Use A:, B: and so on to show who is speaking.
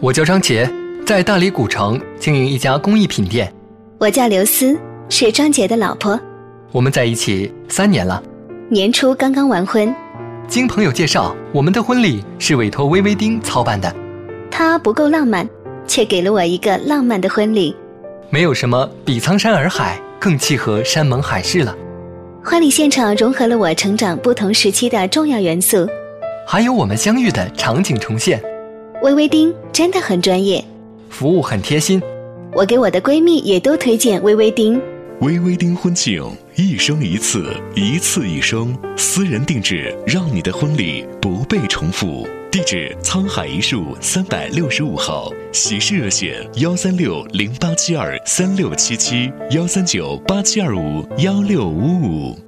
A: 我叫张杰，在大理古城经营一家工艺品店。
B: 我叫刘思，是张杰的老婆，
A: 我们在一起三年了。
B: 年初刚刚完婚。
A: 经朋友介绍，我们的婚礼是委托薇薇丁操办的，
B: 他不够浪漫，却给了我一个浪漫的婚礼。
A: 没有什么比苍山洱海更契合山盟海誓了。
B: 婚礼现场融合了我成长不同时期的重要元素。
A: 还有我们相遇的场景重现，
B: 薇薇丁真的很专业，
A: 服务很贴心。
B: 我给我的闺蜜也都推荐薇薇丁。
C: 薇薇丁婚庆，一生一次，一次一生，私人定制，让你的婚礼不被重复。地址：沧海一树三百六十五号，喜事热线：幺三六零八七二三六七七，幺三九八七二五幺六五五。